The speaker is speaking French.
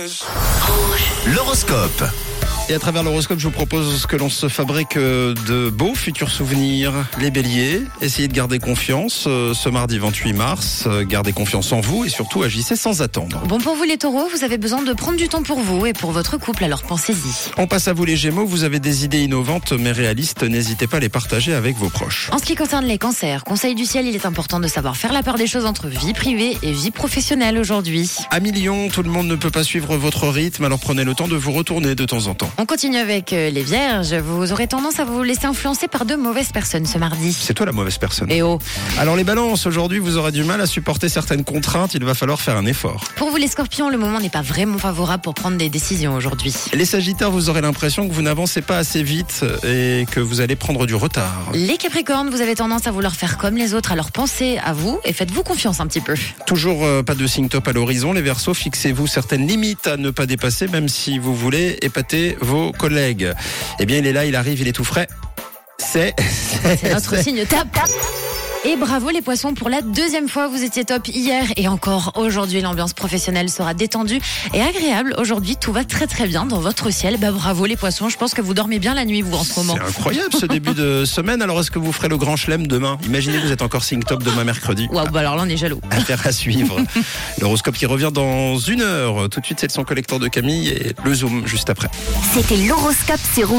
Rouge. L'horoscope. Et à travers l'horoscope, je vous propose que l'on se fabrique euh, de beaux futurs souvenirs. Les béliers, essayez de garder confiance euh, ce mardi 28 mars. euh, Gardez confiance en vous et surtout agissez sans attendre. Bon pour vous les taureaux, vous avez besoin de prendre du temps pour vous et pour votre couple, alors pensez-y. On passe à vous les gémeaux, vous avez des idées innovantes mais réalistes, n'hésitez pas à les partager avec vos proches. En ce qui concerne les cancers, conseil du ciel, il est important de savoir faire la part des choses entre vie privée et vie professionnelle aujourd'hui. À millions, tout le monde ne peut pas suivre votre rythme, alors prenez le temps de vous retourner de temps en temps. On continue avec euh, les vierges, vous aurez tendance à vous laisser influencer par de mauvaises personnes ce mardi. C'est toi la mauvaise personne. Et oh Alors les balances, aujourd'hui vous aurez du mal à supporter certaines contraintes, il va falloir faire un effort. Pour vous les scorpions, le moment n'est pas vraiment favorable pour prendre des décisions aujourd'hui. Les sagittaires, vous aurez l'impression que vous n'avancez pas assez vite et que vous allez prendre du retard. Les capricornes, vous avez tendance à vouloir faire comme les autres, alors pensez à vous et faites-vous confiance un petit peu. Toujours euh, pas de signe top à l'horizon, les versos, fixez-vous certaines limites à ne pas dépasser, même si vous voulez épater vos collègues. Eh bien, il est là, il arrive, il est tout frais. C'est... C'est notre signe tap tap. Et bravo les poissons pour la deuxième fois, vous étiez top hier et encore aujourd'hui l'ambiance professionnelle sera détendue et agréable. Aujourd'hui tout va très très bien dans votre ciel. Bah bravo les poissons, je pense que vous dormez bien la nuit vous en ce moment. C'est incroyable ce début de semaine. Alors est-ce que vous ferez le grand chelem demain Imaginez vous êtes encore signe top demain mercredi. Waouh, bah alors là on est jaloux. Affaire à suivre. L'horoscope qui revient dans une heure. Tout de suite c'est le son collecteur de Camille et le zoom juste après. C'était l'horoscope sur Rouge.